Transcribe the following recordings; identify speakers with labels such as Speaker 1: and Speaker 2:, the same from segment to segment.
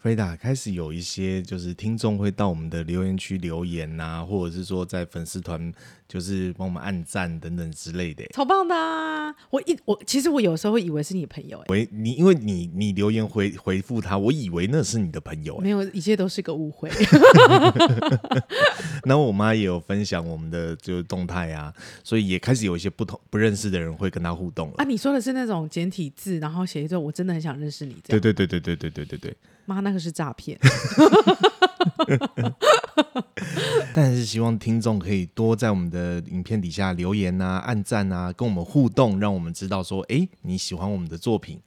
Speaker 1: f r e d a 开始有一些就是听众会到我们的留言区留言呐、或者是说在粉丝团就是帮我们按赞等等之类的。
Speaker 2: 超棒的、啊！我一我其实我有时候会以为是你朋友、欸，
Speaker 1: 喂，你因为你你留言回回复他，我以为那是你的朋友、欸
Speaker 2: 没有，一切都是个误会。
Speaker 1: 然后我妈也有分享我们的就是动态啊，所以也开始有一些不同不认识的人会跟他互动了。
Speaker 2: 啊，你说的是那种简体字，然后写一段“我真的很想认识你”这
Speaker 1: 对
Speaker 2: 样。
Speaker 1: 对对对对对对对对，
Speaker 2: 妈，那个是诈骗。
Speaker 1: 但是希望听众可以多在我们的影片底下留言啊、按赞啊，跟我们互动，让我们知道说，哎，你喜欢我们的作品。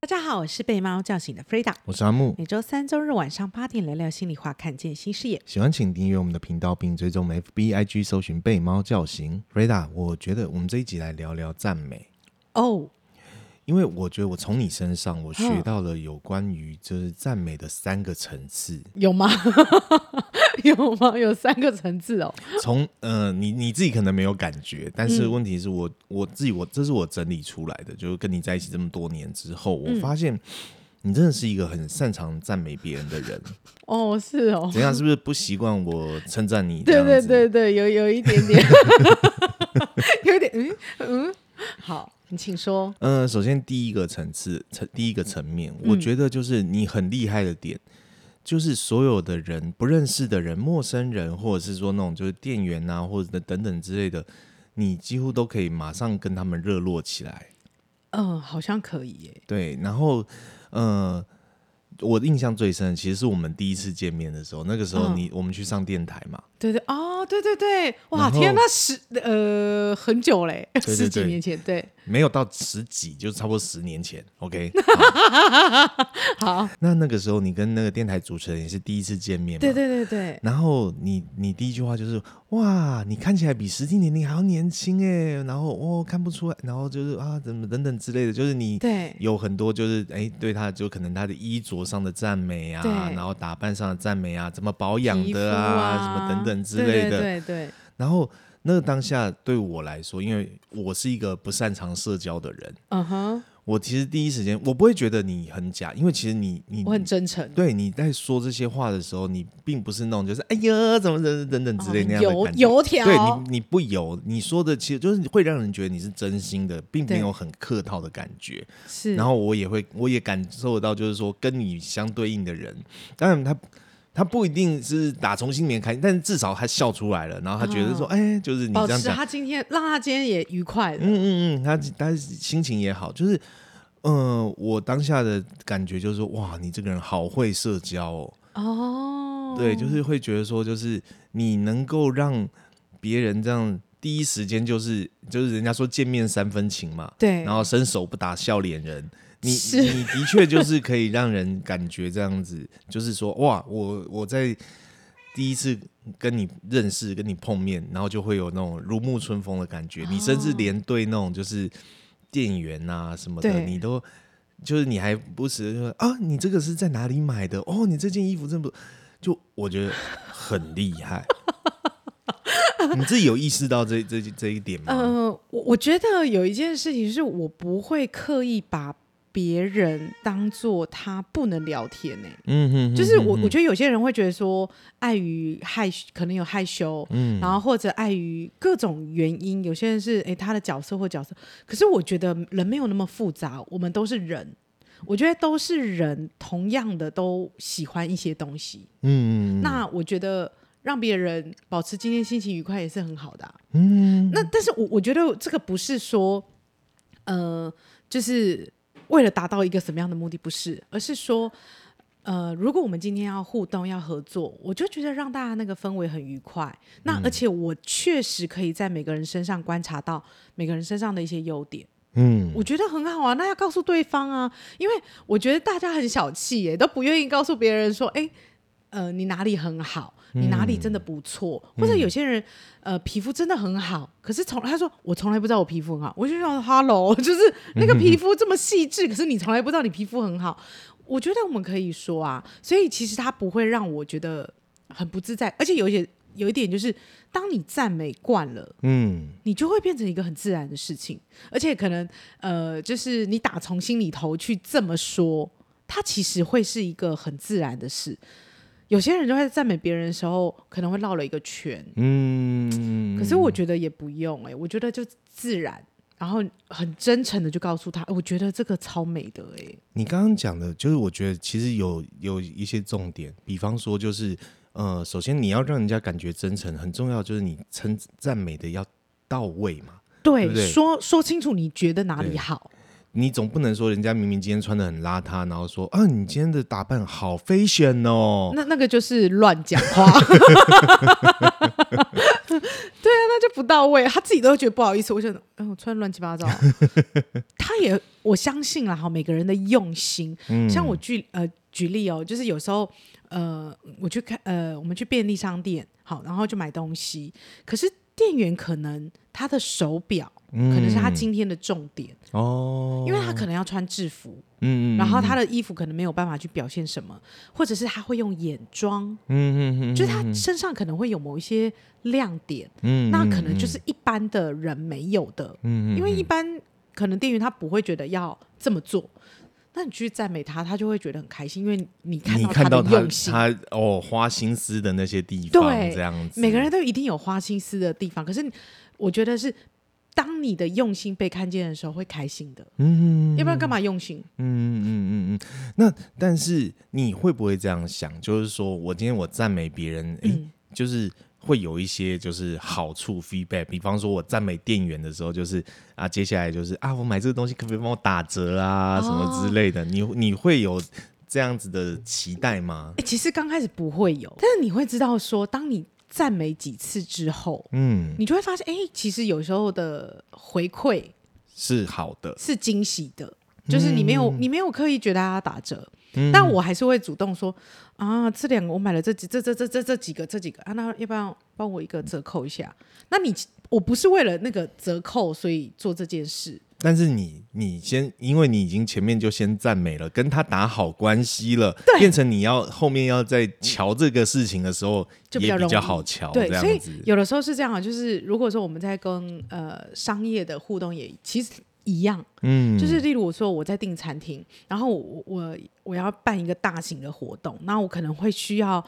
Speaker 2: 大家好，我是被猫叫醒的 Freda。
Speaker 1: 我是阿木，
Speaker 2: 每周三、周日晚上八点聊聊心里话，看见新视野。
Speaker 1: 喜欢请订阅我们的频道，并追踪我们 FB、IG，搜寻“被猫叫醒 r e d a 我觉得我们这一集来聊聊赞美，
Speaker 2: 哦，
Speaker 1: 因为我觉得我从你身上我学
Speaker 2: 嗯
Speaker 1: 到了有关于就是赞美的三个层次。
Speaker 2: 有吗？ 有吗？有三个层次哦。
Speaker 1: 从呃，你你自己可能没有感觉，但是问题是我、我自己我这是我整理出来的，就是跟你在一起这么多年之后，我发现你真的是一个很擅长赞美别人的人。
Speaker 2: 哦，是哦。
Speaker 1: 怎样？是不是不习惯我称赞 你？
Speaker 2: 对对，对对，有有一点点，有一点嗯嗯。好，你请说。
Speaker 1: 嗯、首先第一个层次，层第一个层面，
Speaker 2: 嗯
Speaker 1: 我觉得就是你很厉害的点。就是所有的人不认识的人、陌生人，或者是说那种就是店员啊，或者等等之类的，你几乎都可以马上跟他们热络起来。
Speaker 2: 嗯、好像可以耶。
Speaker 1: 对，然后，呃，我印象最深的其实是我们第一次见面的时候，那个时候
Speaker 2: 嗯
Speaker 1: 你、我们去上电台嘛，
Speaker 2: 对对哦，对对对，哇
Speaker 1: 然后
Speaker 2: 天，那十呃很久嘞，
Speaker 1: 对
Speaker 2: 十几
Speaker 1: 对
Speaker 2: 年前，对，
Speaker 1: 没有到十几，就差不多十年前。OK，
Speaker 2: 好，
Speaker 1: 那那个时候你跟那个电台主持人也是第一次见面嘛，
Speaker 2: 对。对对对，
Speaker 1: 然后你你第一句话就是哇，你看起来比实际年龄还要年轻哎，然后哦看不出来，然后就是啊怎么等等之类的，就是你
Speaker 2: 对
Speaker 1: 有很多就是哎对他就可能他的衣着上的赞美啊
Speaker 2: 对，
Speaker 1: 然后打扮上的赞美啊，怎么保养
Speaker 2: 皮
Speaker 1: 的
Speaker 2: 肤啊
Speaker 1: 什么等等之
Speaker 2: 对
Speaker 1: 类
Speaker 2: 对
Speaker 1: 的，
Speaker 2: 对对，
Speaker 1: 然后那个当下对我来说，因为我是一个不擅长社交的人，
Speaker 2: 嗯哼，
Speaker 1: 我其实第一时间我不会觉得你很假，因为其实你你
Speaker 2: 我很真诚，
Speaker 1: 对你在说这些话的时候，你并不是那种就是哎呀怎么怎么等
Speaker 2: 哦
Speaker 1: 等之类那样的
Speaker 2: 油
Speaker 1: 感觉。
Speaker 2: 油条，
Speaker 1: 对你，你不油，你说的其实就是会让人觉得你是真心的，并
Speaker 2: 对
Speaker 1: 没有很客套的感觉。
Speaker 2: 是，
Speaker 1: 然后我也会，我也感受得到，就是说跟你相对应的人，当然他他不一定是打从心里面开心，但是至少他笑出来了，然后他觉得说，哎、就是你
Speaker 2: 哦保
Speaker 1: 这样
Speaker 2: 持
Speaker 1: 讲，
Speaker 2: 他今天让他今天也愉快的，
Speaker 1: 嗯嗯嗯，他他心情也好，就是。嗯，我当下的感觉就是说，哇，你这个人好会社交哦。
Speaker 2: 哦，
Speaker 1: 对，就是会觉得说，就是你能够让别人这样第一时间就是就是人家说见面三分情嘛，
Speaker 2: 对，
Speaker 1: 然后伸手不打笑脸人。你
Speaker 2: 是
Speaker 1: 你的确就是可以让人感觉这样子， 就是说哇，我我在第一次跟你认识、跟你碰面，然后就会有那种如沐春风的感觉。你甚
Speaker 2: 哦
Speaker 1: 至连对那种就是店员啊什么的，
Speaker 2: 对
Speaker 1: 你都就是你还不时地说啊，你这个是在哪里买的？哦，你这件衣服真不，就我觉得很厉 害。你自己有意识到这这这一点吗？
Speaker 2: 呃，我我觉得有一件事情是我不会刻意把别人当做他不能聊天呢、
Speaker 1: 嗯哼哼
Speaker 2: 就是
Speaker 1: 哼
Speaker 2: 我，
Speaker 1: 哼
Speaker 2: 我觉得有些人会觉得说，碍于害羞，可能有害羞，
Speaker 1: 嗯
Speaker 2: 然后或者碍于各种原因，有些人是诶他的角色或角色。可是我觉得人没有那么复杂，我们都是人，我觉得都是人，同样的都喜欢一些东西。
Speaker 1: 嗯，
Speaker 2: 那我觉得让别人保持今天心情愉快也是很好的啊、
Speaker 1: 嗯
Speaker 2: 那但是我我觉得这个不是说，呃，就是为了达到一个什么样的目的，不是，而是说，呃，如果我们今天要互动、要合作，我就觉得让大家那个氛围很愉快。
Speaker 1: 嗯
Speaker 2: 那而且我确实可以在每个人身上观察到每个人身上的一些优点。
Speaker 1: 嗯
Speaker 2: 我觉得很好啊，那要告诉对方啊，因为我觉得大家很小气耶，都不愿意告诉别人说，哎、呃，你哪里很好，
Speaker 1: 嗯
Speaker 2: 你哪里真的不错，或者有些人呃皮肤真的很好，可是从他说我从来不知道我皮肤很好，我就想 hello，就是 那个皮肤这么细 致，可是你从来不知道你皮肤很好，我觉得我们可以说啊，所以其实他不会让我觉得很不自在，而且有一些有一点就是，当你赞美惯了，
Speaker 1: 嗯，
Speaker 2: 你就会变成一个很自然的事情，而且可能呃，就是你打从心里头去这么说，它其实会是一个很自然的事。有些人就会在赞美别人的时候，可能会绕了一个圈，
Speaker 1: 嗯，
Speaker 2: 可是我觉得也不用哎、我觉得就自然，然后很真诚的就告诉他，哎我觉得这个超美的哎、
Speaker 1: 你刚刚讲的，就是我觉得其实有有一些重点，比方说就是，呃，首先你要让人家感觉真诚，很重要，就是你称赞美的要到位嘛。
Speaker 2: 对，
Speaker 1: 对不对
Speaker 2: 说说清楚你觉得哪
Speaker 1: 对
Speaker 2: 里好，
Speaker 1: 你总不能说人家明明今天穿的很邋遢，然后说啊，你今天的打扮好 fashion 哦，
Speaker 2: 那那个就是乱讲话。对啊，那就不到位，他自己都会觉得不好意思。我觉得，嗯、我穿得乱七八糟。他也我相信啦，哈，每个人的用心。像我举呃举例哦，就是有时候呃，我去看呃，我们去便利商店，好，然后就买东西，可是店员可能他的手表。可能是他今天的重点，
Speaker 1: 哦，
Speaker 2: 因为他可能要穿制服，
Speaker 1: 嗯嗯
Speaker 2: 然后他的衣服可能没有办法去表现什么，或者是他会用眼妆，
Speaker 1: 嗯嗯嗯，
Speaker 2: 就是他身上可能会有某一些亮点，
Speaker 1: 嗯
Speaker 2: 那可能就是一般的人没有的，
Speaker 1: 嗯
Speaker 2: 因为一般可能店员他不会觉得要这么做，那你去赞美他，他就会觉得很开心，因为你看
Speaker 1: 你
Speaker 2: 到
Speaker 1: 看
Speaker 2: 的
Speaker 1: 到他
Speaker 2: 用心。
Speaker 1: 他哦花心思的那些地方，
Speaker 2: 对
Speaker 1: 这样子，
Speaker 2: 每个人都一定有花心思的地方，可是你我觉得是当你的用心被看见的时候会开心的，
Speaker 1: 嗯
Speaker 2: 要不然干嘛用心？
Speaker 1: 嗯嗯嗯嗯嗯。那但是你会不会这样想？就是说我今天我赞美别人，诶，就是会有一些就是好处 feedback。比方说我赞美店员的时候，就是啊，接下来就是啊，我买这个东西可不可以帮我打折啊，什么之类的。你你会有这样子的期待吗？
Speaker 2: 哎、其实刚开始不会有，但是你会知道说，当你赞美几次之后，
Speaker 1: 嗯，
Speaker 2: 你就会发现，哎、其实有时候的回馈
Speaker 1: 是好的。
Speaker 2: 是惊喜的，就是你没有、你没有刻意觉得它打折，但我还是会主动说啊，这两个我买了这几这这这这这几个这几个啊，那要不要帮我一个折扣一下？那你我不是为了那个折扣所以做这件事，
Speaker 1: 但是你你先，因为你已经前面就先赞美了，跟他打好关系了，变成你要后面要在瞧这个事情的时候，
Speaker 2: 就比
Speaker 1: 也
Speaker 2: 较
Speaker 1: 比
Speaker 2: 容
Speaker 1: 较
Speaker 2: 易
Speaker 1: 好瞧，
Speaker 2: 对
Speaker 1: 这，
Speaker 2: 所以
Speaker 1: 样子。
Speaker 2: 有的时候是这样啊，就是如果说我们在跟呃商业的互动也其实一样，
Speaker 1: 嗯，
Speaker 2: 就是例如我说我在订餐厅，然后我我我要办一个大型的活动，那我可能会需要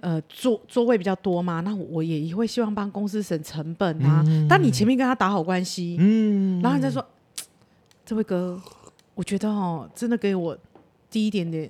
Speaker 2: 呃桌桌位比较多嘛，那我也会希望帮公司省成本啊。
Speaker 1: 嗯
Speaker 2: 但你前面跟他打好关系，嗯，然后你再说，这位哥，我觉得哦，真的给我低一点点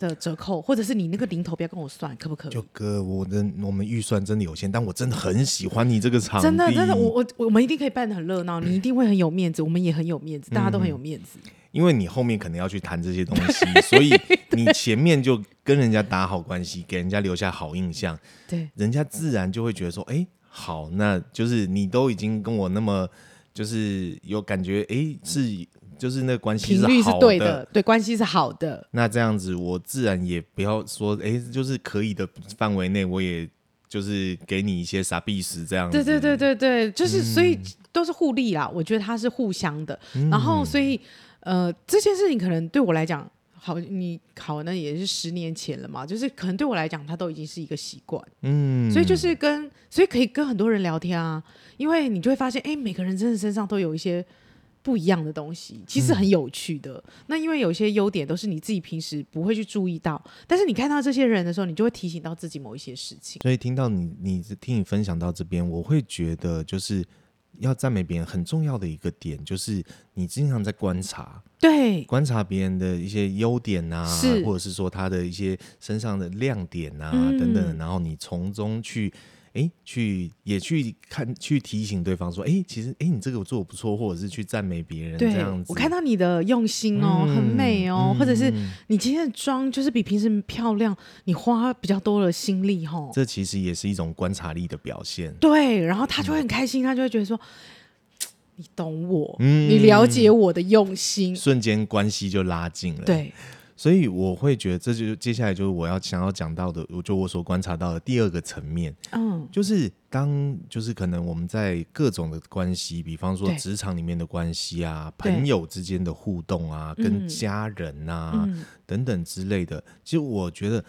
Speaker 2: 的折扣，或者是你那个零头不要跟我算，可不可以
Speaker 1: 就？哥，我的我们预算真的有限，但我真的很喜欢你这个场地，
Speaker 2: 真的，真的，我我我们一定可以办得很热闹，你一定会很有面子，我们也很有面子，大家都很
Speaker 1: 嗯
Speaker 2: 有面子。
Speaker 1: 因为你后面可能要去谈这些东西， 所以你前面就跟人家打好关系，给人家留下好印象，
Speaker 2: 对，
Speaker 1: 人家自然就会觉得说，哎、好，那就是你都已经跟我那么，就是有感觉，哎、是就是那个关系
Speaker 2: 频率是
Speaker 1: 好
Speaker 2: 对
Speaker 1: 的
Speaker 2: 的，对，关系是好的。
Speaker 1: 那这样子，我自然也不要说，哎、就是可以的范围内，我也就是给你一些傻逼时这样子。
Speaker 2: 对对对对对，就是、所以都是互利啦，我觉得它是互相的。然后所以呃，这件事情可能对我来讲，好，你好，那也是十年前了嘛，就是可能对我来讲，它都已经是一个习惯。
Speaker 1: 嗯，
Speaker 2: 所以就是跟，所以可以跟很多人聊天啊，因为你就会发现，哎，每个人真的身上都有一些不一样的东西，其实很有趣的。那因为有些优点都是你自己平时不会去注意到，但是你看到这些人的时候，你就会提醒到自己某一些事情。
Speaker 1: 所以听到你你听你分享到这边，我会觉得就是要赞美别人很重要的一个点，就是你经常在观察
Speaker 2: 对，
Speaker 1: 观察别人的一些优点啊，
Speaker 2: 是
Speaker 1: 或者是说他的一些身上的亮点啊、
Speaker 2: 嗯
Speaker 1: 等等，然后你从中去。哎，去也去看，去提醒对方说，哎，其实哎，你这个做得不错，或者是去赞美别人这
Speaker 2: 对
Speaker 1: 样，子。
Speaker 2: 我看到你的用心哦，
Speaker 1: 嗯
Speaker 2: 很美哦，或者是
Speaker 1: 嗯
Speaker 2: 你今天的妆就是比平时漂亮，你花比较多的心力哦。
Speaker 1: 这其实也是一种观察力的表现。
Speaker 2: 对，然后他就会很开心，他就会觉得说，嘖你懂我，
Speaker 1: 嗯
Speaker 2: 你了解我的用心，
Speaker 1: 瞬间关系就拉近了。，
Speaker 2: 对，
Speaker 1: 所以我会觉得这就接下来就是我要想要讲到的，我就我所观察到的第二个层面，
Speaker 2: 嗯，
Speaker 1: 就是当就是可能我们在各种的关系，比方说
Speaker 2: 对
Speaker 1: 职场里面的关系啊，
Speaker 2: 对
Speaker 1: 朋友之间的互动啊，跟
Speaker 2: 嗯
Speaker 1: 家人啊、
Speaker 2: 嗯
Speaker 1: 等等之类的，其实我觉得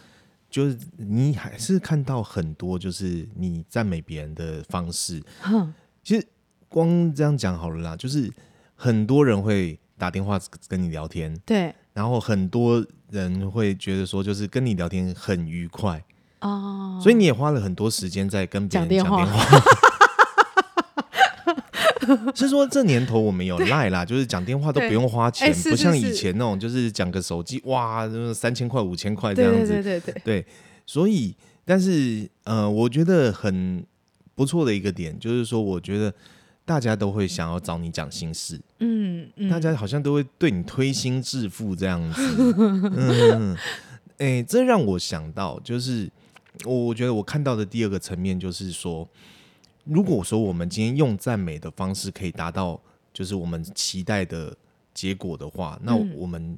Speaker 1: 就是你还是看到很多就是你赞美别人的方式。
Speaker 2: 哼，
Speaker 1: 其实光这样讲好了啦，就是很多人会打电话跟你聊天，
Speaker 2: 对
Speaker 1: 然后很多人会觉得说，就是跟你聊天很愉快，
Speaker 2: 哦，
Speaker 1: 所以你也花了很多时间在跟别人
Speaker 2: 讲电
Speaker 1: 讲
Speaker 2: 话
Speaker 1: 电话。 是说这年头我们有赖啦，就是讲电话都
Speaker 2: 对
Speaker 1: 不用花钱，
Speaker 2: 哎是
Speaker 1: 不
Speaker 2: 是
Speaker 1: 像
Speaker 2: 是
Speaker 1: 以前那种，就是讲个手机哇，三千块五千块这
Speaker 2: 对
Speaker 1: 样
Speaker 2: 对
Speaker 1: 子。
Speaker 2: 对对对，
Speaker 1: 对，所以但是呃，我觉得很不错的一个点就是说，我觉得大家都会想要找你讲心事，
Speaker 2: 嗯嗯，
Speaker 1: 大家好像都会对你推心置腹这样 子。嗯，哎、这让我想到，就是我我觉得我看到的第二个层面就是说，如果说我们今天用赞美的方式可以达到就是我们期待的结果的话，那
Speaker 2: 嗯
Speaker 1: 我们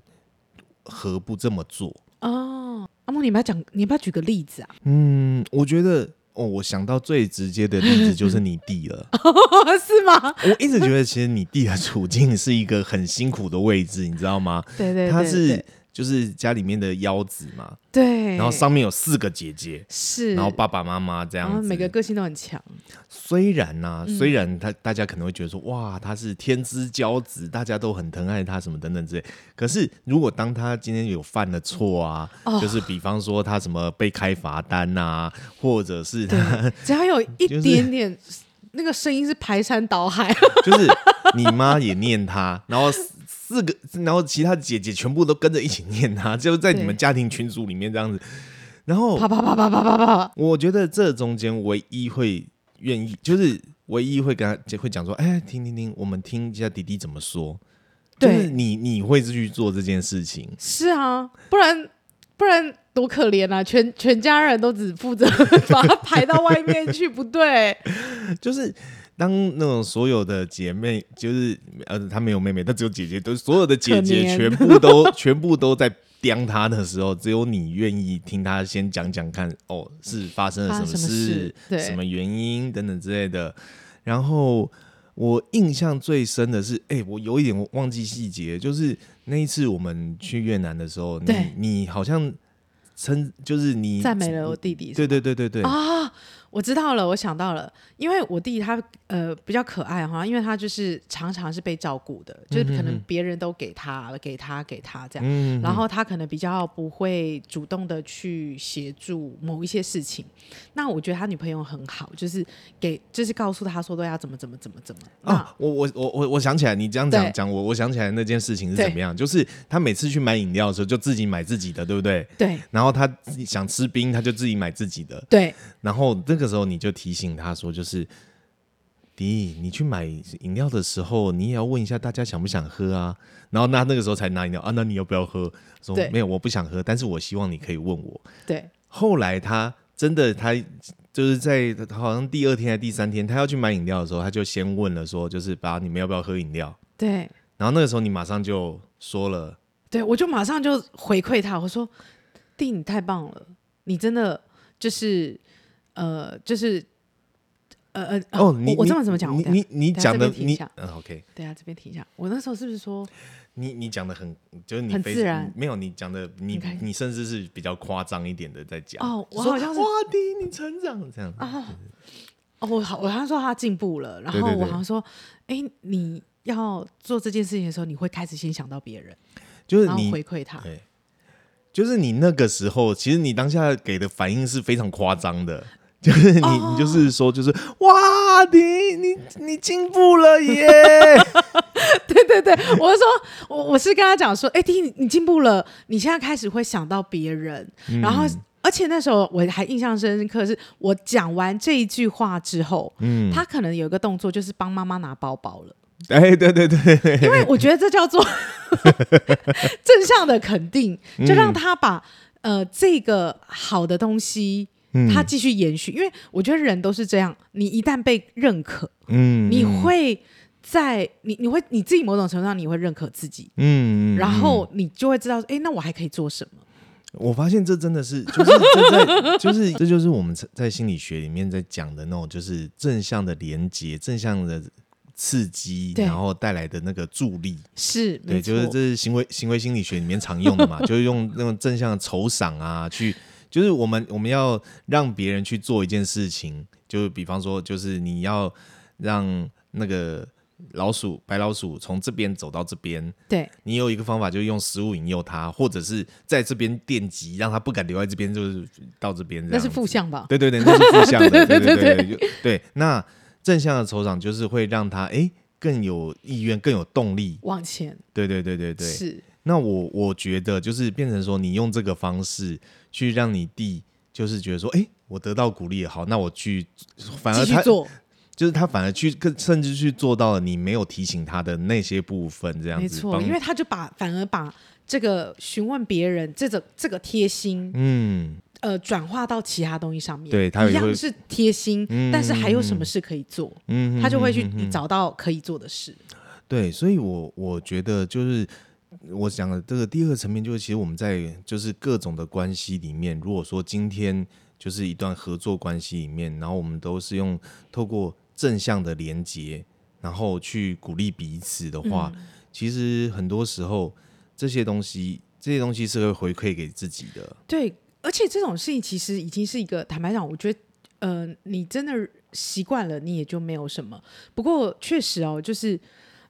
Speaker 1: 何不这么做？
Speaker 2: 哦，阿莫，你要不要讲，你要不要举个例子啊？
Speaker 1: 嗯，我觉得哦，我想到最直接的例子就是你弟 了。
Speaker 2: 是吗？
Speaker 1: 我一直觉得，其实你弟的处境是一个很辛苦的位置，你知道吗？
Speaker 2: 对对对，
Speaker 1: 他
Speaker 2: 对
Speaker 1: 是就是家里面的幺子嘛，
Speaker 2: 对，
Speaker 1: 然后上面有四个姐姐，
Speaker 2: 是，
Speaker 1: 然后爸爸妈妈这
Speaker 2: 然
Speaker 1: 样
Speaker 2: 后
Speaker 1: 子。
Speaker 2: 每个嗯个性都很强，
Speaker 1: 虽然呐、虽然他大家可能会觉得说，哇，他是天之骄子，大家都很疼爱他什么等等之类。可是如果当他今天有犯了错啊，
Speaker 2: 哦
Speaker 1: 就是比方说他什么被开罚单啊，或者是
Speaker 2: 对
Speaker 1: 他，
Speaker 2: 只要有一
Speaker 1: 就是
Speaker 2: 点点那个声音是排山倒海，
Speaker 1: 就是你妈也念他，然后四四个，然后其他姐姐全部都跟着一起念他， 就在你们
Speaker 2: 对
Speaker 1: 家庭群组里面这样子。然后
Speaker 2: 啪啪啪啪啪啪啪，
Speaker 1: 我觉得这中间唯一会愿意，就是唯一会跟他会讲说，哎，听听听，我们听一下弟弟怎么说。就是
Speaker 2: 对，
Speaker 1: 你你会去做这件事情，
Speaker 2: 是啊，不然不然多可怜啊！全全家人都只负责把它排到外面去，不对，
Speaker 1: 就是当那种所有的姐妹，就是呃，她没有妹妹，她只有姐姐，都所有的姐姐
Speaker 2: 可怜
Speaker 1: 全部都 全部都在刁她的时候，只有你愿意听她先讲讲看，哦，是发生了什
Speaker 2: 发生
Speaker 1: 么
Speaker 2: 什么
Speaker 1: 事
Speaker 2: 事，对
Speaker 1: 什么原因等等之类的。然后我印象最深的是，哎、我有一点忘记细节，就是那一次我们去越南的时候，你
Speaker 2: 对
Speaker 1: 你好像称就是你
Speaker 2: 赞美了我弟弟，
Speaker 1: 对对对对对，
Speaker 2: 啊，我知道了，我想到了，因为我弟他呃比较可爱哈，因为他就是常常是被照顾的，就是可能别人都给他、给他、给他这样，
Speaker 1: 嗯，
Speaker 2: 然后他可能比较不会主动的去协助某一些事情。那我觉得他女朋友很好，就是给就是告诉他说都要怎么怎么怎么怎么。
Speaker 1: 哦，我我我我我想起来，你这样讲
Speaker 2: 对
Speaker 1: 讲我，我想起来那件事情是怎么样，就是他每次去买饮料的时候就自己买自己的，对不对？
Speaker 2: 那对
Speaker 1: 然后他自己想吃冰，他就自己买自己的。
Speaker 2: 对
Speaker 1: 然后这个时候你就提醒他说，就是迪，你去买饮料的时候，你也要问一下大家想不想喝啊。然后那那个时候才拿饮料啊，那你要不要喝？说
Speaker 2: 对
Speaker 1: 没有，我不想喝，但是我希望你可以问我。
Speaker 2: 对
Speaker 1: 后来他真的他就是在好像第二天还是第三天，他要去买饮料的时候，他就先问了说，就是爸，你们要不要喝饮料？
Speaker 2: 对
Speaker 1: 然后那个时候你马上就说了，
Speaker 2: 对，我就马上就回馈他，我说弟你太棒了，你真的就是呃就是呃呃啊
Speaker 1: 哦，你
Speaker 2: 我我
Speaker 1: 你
Speaker 2: 这么怎么讲？我
Speaker 1: 你
Speaker 2: 等一
Speaker 1: 你你
Speaker 2: 等下
Speaker 1: 讲的
Speaker 2: 这边停一
Speaker 1: 你
Speaker 2: 下
Speaker 1: 嗯 OK，
Speaker 2: 下等一下这边停一下，我那时候是不是说
Speaker 1: 你你讲的很就是你
Speaker 2: 很
Speaker 1: 非
Speaker 2: 自然
Speaker 1: 没有你讲的你
Speaker 2: 很开心
Speaker 1: 你甚至是比较夸张一点的在讲
Speaker 2: 哦我
Speaker 1: 说
Speaker 2: 好像是
Speaker 1: 哇弟你成长这样，
Speaker 2: 啊，哦，我好，我好像说他进步了，然
Speaker 1: 对
Speaker 2: 后
Speaker 1: 对
Speaker 2: 我
Speaker 1: 对
Speaker 2: 好像说，哎，你要做这件事情的时候，你会开始先想到别人，
Speaker 1: 就是
Speaker 2: 然后
Speaker 1: 你
Speaker 2: 回馈他，
Speaker 1: 对，就是你那个时候，其实你当下给的反应是非常夸张的， 就是
Speaker 2: 哦
Speaker 1: 你、你就是说就是哇，你你你进步了 耶，
Speaker 2: 对对对，我是说，我我是跟他讲说，哎，弟，你你进步了，你现在开始会想到别人，
Speaker 1: 嗯
Speaker 2: 然后。而且那时候我还印象深刻，是我讲完这一句话之后，
Speaker 1: 嗯，
Speaker 2: 他可能有一个动作就是帮妈妈拿包包了，
Speaker 1: 哎，对对对对，
Speaker 2: 因为我觉得这 叫做正向的肯定，
Speaker 1: 嗯
Speaker 2: 就让他把、呃这个好的东西
Speaker 1: 嗯
Speaker 2: 它继续延续，因为我觉得人都是这样，你一旦被认可，
Speaker 1: 嗯
Speaker 2: 你会在你你会你自己某种程度上你会认可自己，
Speaker 1: 嗯，嗯
Speaker 2: 然后你就会知道，哎，那我还可以做什么？
Speaker 1: 我发现这真的是，就是这在， 就是这就是我们在心理学里面在讲的那种，就是正向的连接、正向的刺激，
Speaker 2: 对
Speaker 1: 然后带来的那个助力。
Speaker 2: 是，
Speaker 1: 对，
Speaker 2: 没
Speaker 1: 就是
Speaker 2: 错
Speaker 1: 这是行为行为心理学里面常用的嘛，就是用那种正向的酬赏啊，去就是我们我们要让别人去做一件事情，就比方说，就是你要让那个老鼠白老鼠从这边走到这边，
Speaker 2: 对，
Speaker 1: 你有一个方法，就是用食物引诱它，或者是在这边电击，让它不敢留在这边，就是到这边这样
Speaker 2: 那
Speaker 1: 子。
Speaker 2: 是负向吧？
Speaker 1: 对对对，那是负向的，
Speaker 2: 对
Speaker 1: 对对
Speaker 2: 对对
Speaker 1: 对
Speaker 2: 对
Speaker 1: 对就对。那正向的酬赏就是会让他哎更有意愿、更有动力。
Speaker 2: 往前
Speaker 1: 对对对对对。
Speaker 2: 是，
Speaker 1: 那我我觉得就是变成说，你用这个方式去让你弟就是觉得说，哎，我得到鼓励也好，那我去，反
Speaker 2: 继
Speaker 1: 而
Speaker 2: 续
Speaker 1: 他
Speaker 2: 做，
Speaker 1: 就是他反而去更甚至去做到了你没有提醒他的那些部分，这样子。
Speaker 2: 没错，
Speaker 1: 帮
Speaker 2: 因为他就把反而把这个询问别人这个这个贴心，
Speaker 1: 嗯，
Speaker 2: 呃，转化到其他东西上面，
Speaker 1: 对他也
Speaker 2: 一
Speaker 1: 会
Speaker 2: 样是贴心，
Speaker 1: 嗯
Speaker 2: 但是还有什么事可以做？
Speaker 1: 嗯
Speaker 2: 他就会
Speaker 1: 嗯嗯嗯
Speaker 2: 去找到可以做的事。
Speaker 1: 对，所以我我觉得就是我讲的这个第二个层面，就是其实我们在就是各种的关系里面，如果说今天就是一段合作关系里面，然后我们都是用透过正向的连接，然后去鼓励彼此的话，
Speaker 2: 嗯
Speaker 1: 其实很多时候这些东西。这些东西是会回馈给自己的，
Speaker 2: 对，而且这种事情其实已经是一个坦白讲，我觉得，呃，你真的习惯了，你也就没有什么。不过确实哦，就是，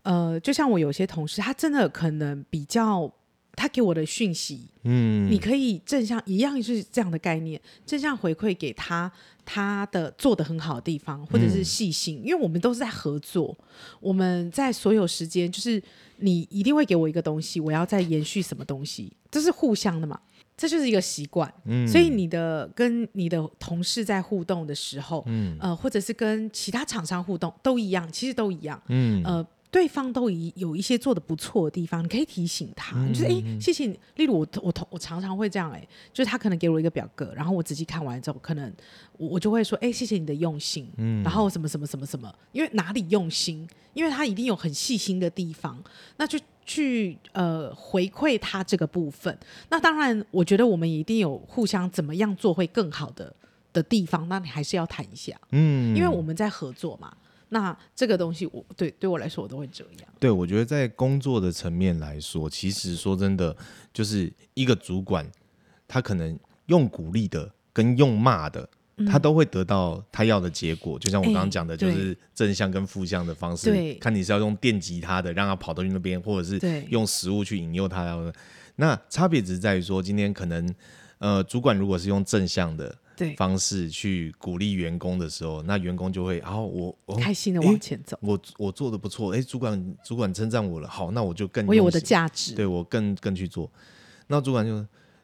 Speaker 2: 呃，就像我有些同事，他真的可能比较，他给我的讯息，
Speaker 1: 嗯，
Speaker 2: 你可以正向一样是这样的概念，正向回馈给他他的做的很好的地方，或者
Speaker 1: 嗯
Speaker 2: 是细心，因为我们都是在合作，我们在所有时间就是你一定会给我一个东西，我要再延续什么东西，这是互相的嘛，这就是一个习惯。
Speaker 1: 嗯
Speaker 2: 所以你的跟你的同事在互动的时候，嗯呃，或者是跟其他厂商互动都一样，其实都一样，
Speaker 1: 嗯
Speaker 2: 呃，对方都一有一些做的不错的地方，你可以提醒他，你就是哎、诶谢谢你。例如我我同我常常会这样哎、诶就是他可能给我一个表格，然后我仔细看完之后，可能我我就会说哎、诶谢谢你的用心，然后什么什么什么什么，因为哪里用心，因为他一定有很细心的地方，那就。去呃回馈他这个部分，那当然，我觉得我们一定有互相怎么样做会更好的的地方，那你还是要谈一下，
Speaker 1: 嗯，
Speaker 2: 因为我们在合作嘛。那这个东西我，对对我来说，我都会这样。
Speaker 1: 对，我觉得在工作的层面来说，其实说真的，就是一个主管，他可能用鼓励的跟用骂的，他都会得到他要的结果。就像我刚刚
Speaker 2: 嗯哎
Speaker 1: 讲的，就
Speaker 2: 对
Speaker 1: 是正向跟负向的方式
Speaker 2: 对，
Speaker 1: 看你是要用电击他的，让他跑到那边，或者是
Speaker 2: 对
Speaker 1: 用食物去引诱他要。那差别只是在于说，今天可能呃，主管如果是用正向的。
Speaker 2: 对，
Speaker 1: 方式去鼓励员工的时候，那员工就会，然、后我我
Speaker 2: 开心的
Speaker 1: 诶
Speaker 2: 往前走，
Speaker 1: 我我做的不错，哎，主管主管称赞我了，好，那我就更
Speaker 2: 我有
Speaker 1: 用
Speaker 2: 我的
Speaker 1: 心
Speaker 2: 价值。
Speaker 1: 对我更更去做。那主管就说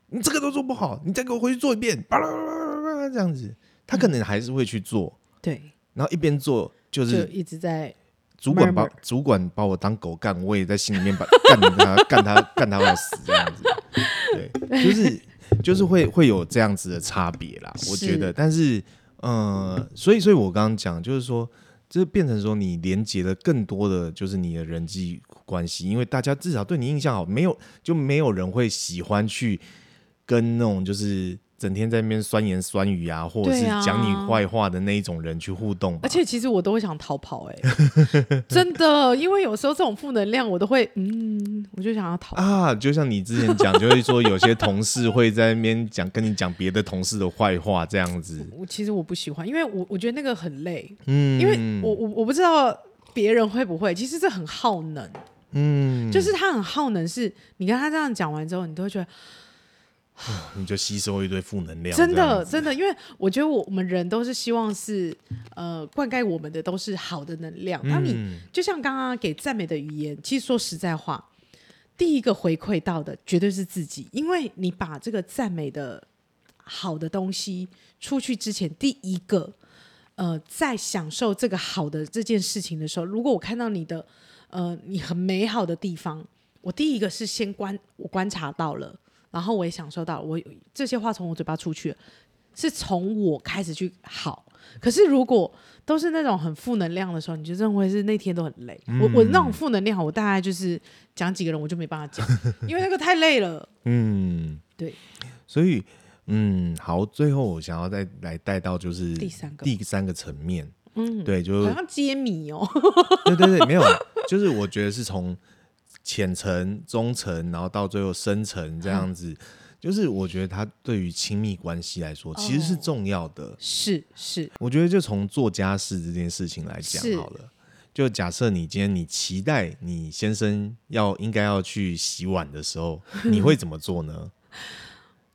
Speaker 1: 你这个都做不好，你再给我回去做一遍，巴拉巴拉巴拉巴拉这样子，他可能还是会去做，
Speaker 2: 对，
Speaker 1: 然后一边做就
Speaker 2: 就是一直在
Speaker 1: 主管把
Speaker 2: murmur
Speaker 1: 主管把我当狗干，我也在心里面把 干他干他干他要死这样子， 对，就是就是会会有这样子的差别啦，我觉
Speaker 2: 是
Speaker 1: 得，但是呃，所以所以我刚刚讲就是说，这变成说你连接了更多的就是你的人际关系，因为大家至少对你印象好，没有就没有人会喜欢去跟那种就是。整天在那边酸言酸语啊，或者是
Speaker 2: 对啊
Speaker 1: 讲你坏话的那一种人去互动吧，
Speaker 2: 而且其实我都会想逃跑、 哎，真的，因为有时候这种负能量，我都会，嗯，我就想要逃。
Speaker 1: 啊，就像你之前讲，就会说有些同事会在那边讲跟你讲别的同事的坏话这样 子，
Speaker 2: 我其实我不喜欢，因为我我觉得那个很累，
Speaker 1: 嗯，
Speaker 2: 因为我我我不知道别人会不会，其实这很耗能。
Speaker 1: 嗯，
Speaker 2: 就是他很耗能是，你跟他这样讲完之后，你都会觉得
Speaker 1: 你就吸收一堆负能量，
Speaker 2: 真
Speaker 1: 这样
Speaker 2: 的
Speaker 1: 子，
Speaker 2: 真的，因为我觉得我我们人都是希望是呃灌溉我们的都是好的能量。那你、
Speaker 1: 嗯
Speaker 2: 就像刚刚给赞美的语言，其实说实在话，第一个回馈到的绝对是自己，因为你把这个赞美的好的东西出去之前，第一个呃，在享受这个好的这件事情的时候，如果我看到你的呃你很美好的地方，我第一个是先观我观察到了，然后我也享受到了我这些话从我嘴巴出去了，是从我开始去好。可是如果都是那种很负能量的时候，你就认为是那天都很累。
Speaker 1: 嗯
Speaker 2: 我我那种负能量，我大概就是讲几个人我就没办法 讲，因为那个太累了。
Speaker 1: 嗯，
Speaker 2: 对，
Speaker 1: 所以嗯，好，最后我想要再来带到就是
Speaker 2: 第三个
Speaker 1: 第三个层面，嗯，对，就
Speaker 2: 好像揭秘哦，
Speaker 1: 对对对，没有，就是我觉得是从浅层、中层，然后到最后深层这样子，就是我觉得它对于亲密关系来说其实
Speaker 2: 哦
Speaker 1: 是重要的。
Speaker 2: 是是，
Speaker 1: 我觉得就从做家事这件事情来讲
Speaker 2: 是
Speaker 1: 好了。就假设你今天你期待你先生要应该要去洗碗的时候，你会怎么做呢？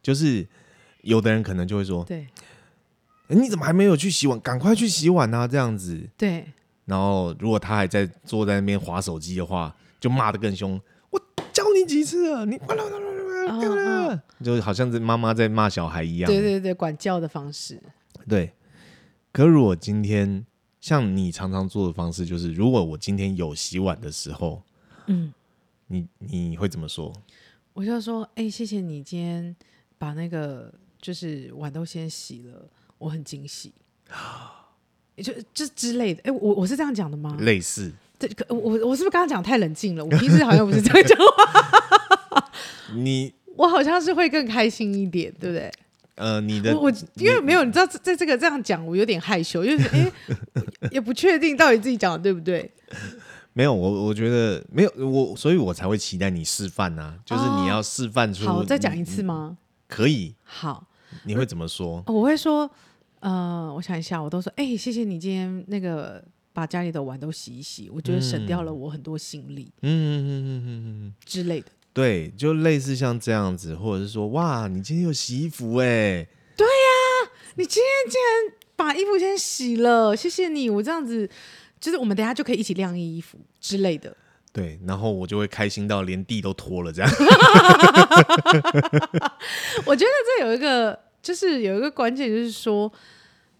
Speaker 1: 就是有的人可能就会说
Speaker 2: 对：“
Speaker 1: 诶你怎么还没有去洗碗？赶快去洗碗啊！”这样子。
Speaker 2: 对，
Speaker 1: 然后如果他还在坐在那边划手机的话，就骂得更凶。我教你几次了，你
Speaker 2: 哦哦
Speaker 1: 就好像是妈妈在骂小孩一样。
Speaker 2: 对对对，管教的方式，
Speaker 1: 对，可如果今天像你常常做的方式，就是如果我今天有洗碗的时候，
Speaker 2: 嗯，
Speaker 1: 你你会怎么说？
Speaker 2: 我就说，哎、谢谢你今天把那个就是碗都先洗了，我很惊喜， 就这之类的。哎、我我是这样讲的吗？
Speaker 1: 类似，
Speaker 2: 对，可我我我是不是刚刚讲太冷静了？我平时好像不是 这样讲话，
Speaker 1: 你
Speaker 2: 我好像是会更开心一点，对不对？
Speaker 1: 呃，你的
Speaker 2: 我我因为没有，你知道，在在这个这样讲，我有点害羞，就是哎、 也不确定到底自己讲的对不对。
Speaker 1: 没有我，我觉得没有我，所以我才会期待你示范啊，就是你要示范出。
Speaker 2: 哦好，再讲一
Speaker 1: 你
Speaker 2: 次吗？
Speaker 1: 可以，
Speaker 2: 好，
Speaker 1: 你会怎么说？
Speaker 2: 哦我会说，呃，我想一下，我都说，哎、谢谢你今天那个把家里的碗都洗一洗，我觉得省掉了我很多心力
Speaker 1: 嗯嗯嗯嗯嗯嗯嗯，
Speaker 2: 之类的。
Speaker 1: 对，就类似像这样子，或者是说，哇，你今天有洗衣服哎、
Speaker 2: 你今天竟然把衣服先洗了，谢谢你，我这样子。就是我们等一下就可以一起晾衣服之类的，
Speaker 1: 对，然后我就会开心到连地都拖了这样。
Speaker 2: 我觉得这有一个，就是有一个关键，就是说，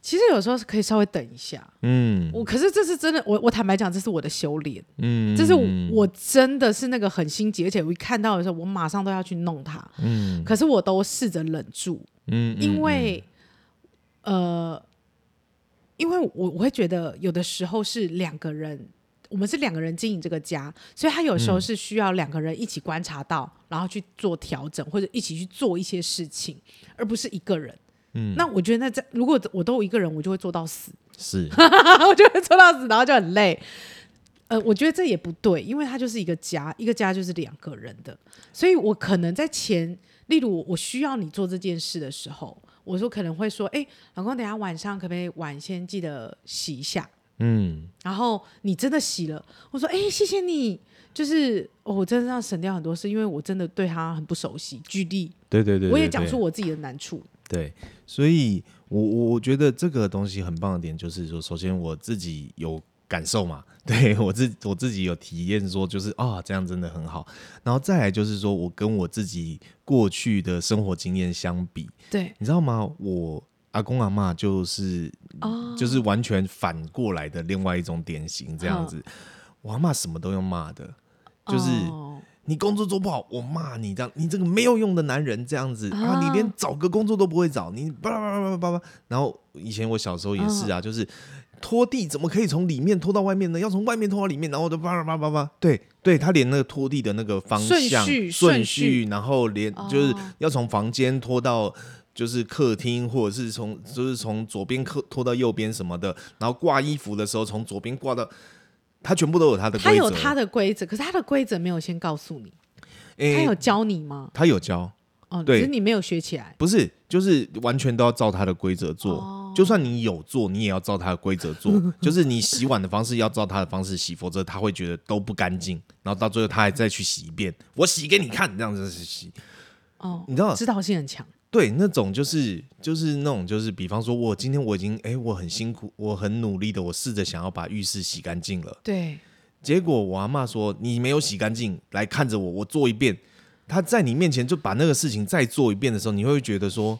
Speaker 2: 其实有时候是可以稍微等一下。
Speaker 1: 嗯
Speaker 2: 我可是这是真的，我我坦白讲，这是我的修炼，
Speaker 1: 嗯，
Speaker 2: 这是我真的是那个很心急，而且我一看到的时候，我马上都要去弄它。
Speaker 1: 嗯
Speaker 2: 可是我都试着忍住，
Speaker 1: 嗯，
Speaker 2: 因为、呃，因为我我会觉得有的时候是两个人，我们是两个人经营这个家，所以他有时候是需要两个人一起观察到，然后去做调整，或者一起去做一些事情，而不是一个人。
Speaker 1: 嗯
Speaker 2: 那我觉得那在如果我都一个人，我就会做到死，
Speaker 1: 是
Speaker 2: 我就会做到死，然后就很累。呃，我觉得这也不对，因为它就是一个家，一个家就是两个人的，所以我可能在前，例如我我需要你做这件事的时候，我说可能会说，哎、老公，等一下晚上可不可以碗先记得洗一下？
Speaker 1: 嗯
Speaker 2: 然后你真的洗了，我说，哎、谢谢你，就是、哦、我真的这样省掉很多事，因为我真的对他很不熟悉。举例，
Speaker 1: 对对对，
Speaker 2: 我也
Speaker 1: 对
Speaker 2: 讲
Speaker 1: 对
Speaker 2: 出我自己的难处，
Speaker 1: 对，所以我我我觉得这个东西很棒的点就是说，首先我自己有感受嘛，对我自我自己有体验说，就是啊、这样真的很好，然后再来就是说我跟我自己过去的生活经验相比，
Speaker 2: 对，
Speaker 1: 你知道吗？我阿公阿嬷就是
Speaker 2: 哦，
Speaker 1: 就是完全反过来的另外一种典型这样
Speaker 2: 嗯
Speaker 1: 子，我阿嬷什么都用骂的，就是。
Speaker 2: 哦
Speaker 1: 你工作做不好，我骂你这样，你这个没有用的男人这样子啊，你连找个工作都不会找，你巴拉巴拉巴拉巴拉。然后以前我小时候也是啊，就是拖地怎么可以从里面拖到外面呢？要从外面拖到里面，然后我就巴拉巴拉巴拉。对对，他连那个拖地的那个方向
Speaker 2: 顺序
Speaker 1: 顺
Speaker 2: 顺序
Speaker 1: 然后连
Speaker 2: 哦
Speaker 1: 就是要从房间拖到。就是客厅，或者是从就是从左边客拖到右边什么的，然后挂衣服的时候从左边挂到，他全部都有他的规
Speaker 2: 他
Speaker 1: 则。
Speaker 2: 有他的规则，可是他的规则没有先告诉你，
Speaker 1: 诶
Speaker 2: 他有教你吗？
Speaker 1: 他有教，
Speaker 2: 哦，
Speaker 1: 对
Speaker 2: 只是你没有学起来。
Speaker 1: 不是，就是完全都要照他的规则做。就算你有做，你也要照他的规则做。就是你洗碗的方式要照他的方式洗，否则他会觉得都不干净。然后到最后他还再去洗一遍，我洗给你看，这样子洗。
Speaker 2: 哦，
Speaker 1: 你知道，
Speaker 2: 指导性很强。
Speaker 1: 对那种就是就是那种就是，比方说我今天我已经哎、我很辛苦，我很努力的，我试着想要把浴室洗干净了。
Speaker 2: 对，
Speaker 1: 结果我阿嬷说你没有洗干净，来看着我，我做一遍。她在你面前就把那个事情再做一遍的时候，你会觉得说，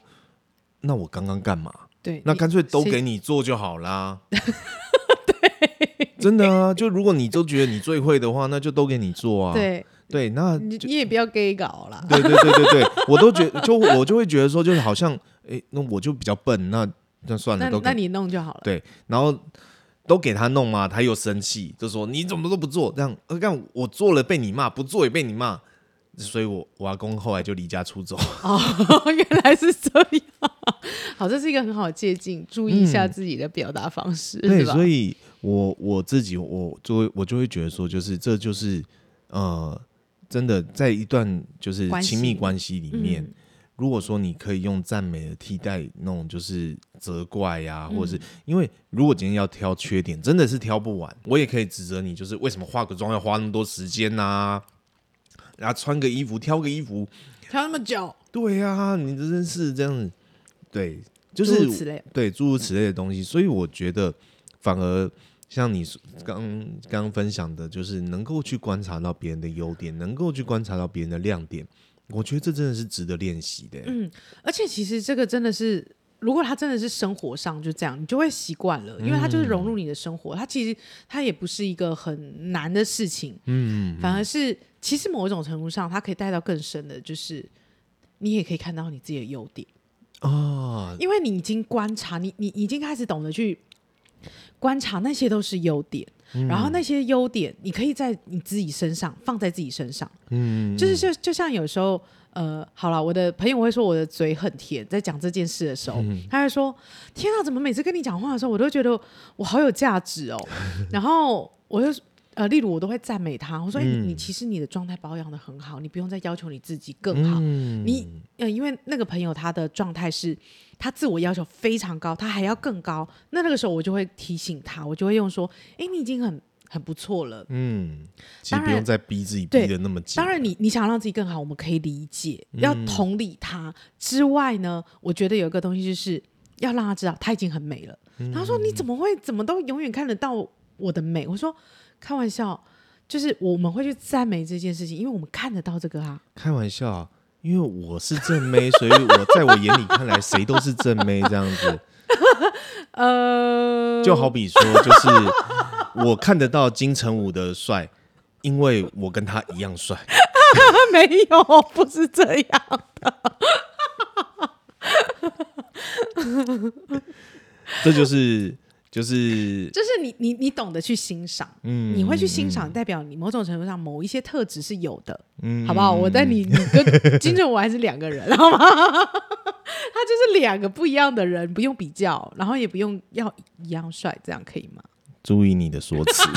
Speaker 1: 那我刚刚干 嘛？
Speaker 2: 对，
Speaker 1: 那
Speaker 2: 你
Speaker 1: 干脆都
Speaker 2: 谁
Speaker 1: 给你做就好啦。 对，真的啊，就如果你都觉得你最会的话，那就都给你做啊。
Speaker 2: 对，
Speaker 1: 对，那
Speaker 2: 你
Speaker 1: 就
Speaker 2: 你也不要 gay 搞啦。
Speaker 1: 对对对对对，我都觉就我就会觉得说，就是好像诶，那我就比较笨，那那算
Speaker 2: 那
Speaker 1: 了，都给
Speaker 2: 那你弄就好了。
Speaker 1: 对，然后都给他弄嘛，他又生气，就说你怎么都不做，这样呃，干我做了被你骂，不做也被你骂，所以我我阿公后来就离家出走。
Speaker 2: 哦， 原来是这样。好，这是一个很好的借鉴，注意一下自己的表达方式，
Speaker 1: 对，
Speaker 2: 是吧？
Speaker 1: 所以我我自己我就会我就会觉得说，就是这就是呃，真的在一段就是
Speaker 2: 关
Speaker 1: 亲密
Speaker 2: 系
Speaker 1: 关系里面，
Speaker 2: 嗯
Speaker 1: 如果说你可以用赞美的替代那种就是责怪呀、
Speaker 2: 嗯
Speaker 1: 或者是因为如果今天要挑缺点，真的是挑不完。我也可以指责你，就是为什么化个妆要花那么多时间呐、然后穿个衣服，挑个衣服，
Speaker 2: 调那么久，
Speaker 1: 对呀、你这真是这样子，对，就
Speaker 2: 诸
Speaker 1: 是
Speaker 2: 如此类
Speaker 1: 对诸如此类的东西。所以我觉得，反而像你说刚刚分享的，就是能够去观察到别人的优点，能够去观察到别人的亮点，我觉得这真的是值得练习的。嗯，
Speaker 2: 而且其实这个真的是，如果他真的是生活上就这样，你就会习惯
Speaker 1: 嗯
Speaker 2: 了，因为他就是融入你的生活。他其实他也不是一个很难的事情，嗯，反而是其实某一种程度上，它可以带到更深的，就是你也可以看到你自己的优点，
Speaker 1: 哦，
Speaker 2: 因为你已经观察，你你已经开始懂得去观察，那些都是优点。
Speaker 1: 嗯
Speaker 2: 然后那些优点，你可以在你自己身上放在自己身上，
Speaker 1: 嗯，
Speaker 2: 就是就就像有时候，呃，好了，我的朋友会说我的嘴很甜，在讲这件事的时候，
Speaker 1: 嗯
Speaker 2: 他会说：“天啊，怎么每次跟你讲话的时候，我都觉得我好有价值 哦。”然后我就呃，例如我都会赞美他，我说：“哎、
Speaker 1: 嗯
Speaker 2: 你你其实你的状态保养的很好，你不用再要求你自己更好。
Speaker 1: 嗯
Speaker 2: 你呃，因为那个朋友他的状态是，他自我要求非常高，他还要更高。那那个时候我就会提醒他，我就会用说：“哎、你已经很很不错了。”
Speaker 1: 嗯，其实
Speaker 2: 当
Speaker 1: 不
Speaker 2: 然
Speaker 1: 用再逼自己逼
Speaker 2: 对
Speaker 1: 的那么紧。
Speaker 2: 当然你，你想让自己更好，我们可以理解，要
Speaker 1: 嗯
Speaker 2: 同理他。之外呢，我觉得有一个东西就是要让他知道他已经很美了。
Speaker 1: 嗯
Speaker 2: 他说：“你怎么会怎么都永远看得到我的美？”我说：“开玩笑，就是我们会去赞美这件事情，因为我们看得到这个啊。
Speaker 1: 开玩笑啊，因为我是正妹，所以我在我眼里看来，谁都是正妹这样子。”
Speaker 2: 呃，
Speaker 1: 就好比说，就是 我看得到金城武的帅，因为我跟他一样帅。
Speaker 2: 没有，不是这样。
Speaker 1: 这就是就是
Speaker 2: 就是你你你懂得去欣赏，
Speaker 1: 嗯
Speaker 2: 你会去欣赏，代表你某种程度上某一些特质是有的，
Speaker 1: 嗯
Speaker 2: 好不好？我在你你跟金正武还是两个人，好吗？ 他就是两个不一样的人，不用比较，然后也不用要一样帅，这样可以吗？
Speaker 1: 注意你的说辞。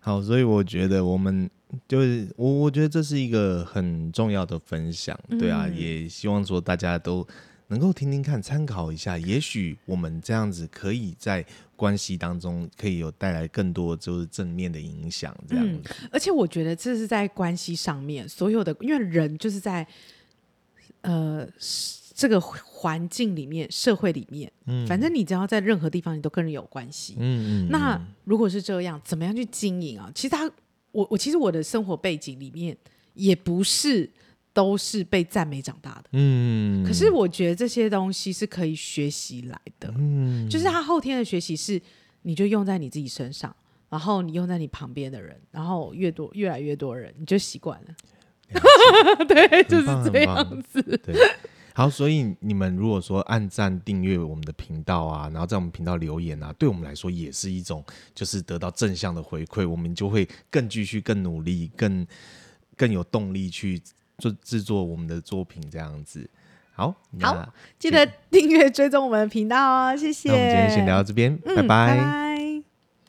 Speaker 1: 好，所以我觉得我们就是我，我觉得这是一个很重要的分享，对啊，也希望说大家都能够听听看，参考一下，也许我们这样子可以在关系当中可以有带来更多就是正面的影响，这样子，
Speaker 2: 而且我觉得这是在关系上面所有的，因为人就是在呃是这个环境里面、社会里面，
Speaker 1: 嗯
Speaker 2: 反正你只要在任何地方，你都跟人有关系，
Speaker 1: 嗯嗯，
Speaker 2: 那如果是这样，怎么样去经营啊？其实他，我我其实我的生活背景里面也不是都是被赞美长大的，
Speaker 1: 嗯，
Speaker 2: 可是我觉得这些东西是可以学习来的，
Speaker 1: 嗯
Speaker 2: 就是他后天的学习是你就用在你自己身上，然后你用在你旁边的人，然后越多越来越多人，你就习惯了。 对，就是这样子。
Speaker 1: 对，好，所以你们如果说按赞、订阅我们的频道啊，然后在我们频道留言啊，对我们来说也是一种就是得到正向的回馈，我们就会更继续、更努力、更更有动力去做制作我们的作品，这样子。好，那
Speaker 2: 记得订阅追踪我们的频道哦，谢谢。
Speaker 1: 那我们今天先聊到这边，
Speaker 2: 嗯，
Speaker 1: 拜
Speaker 2: 拜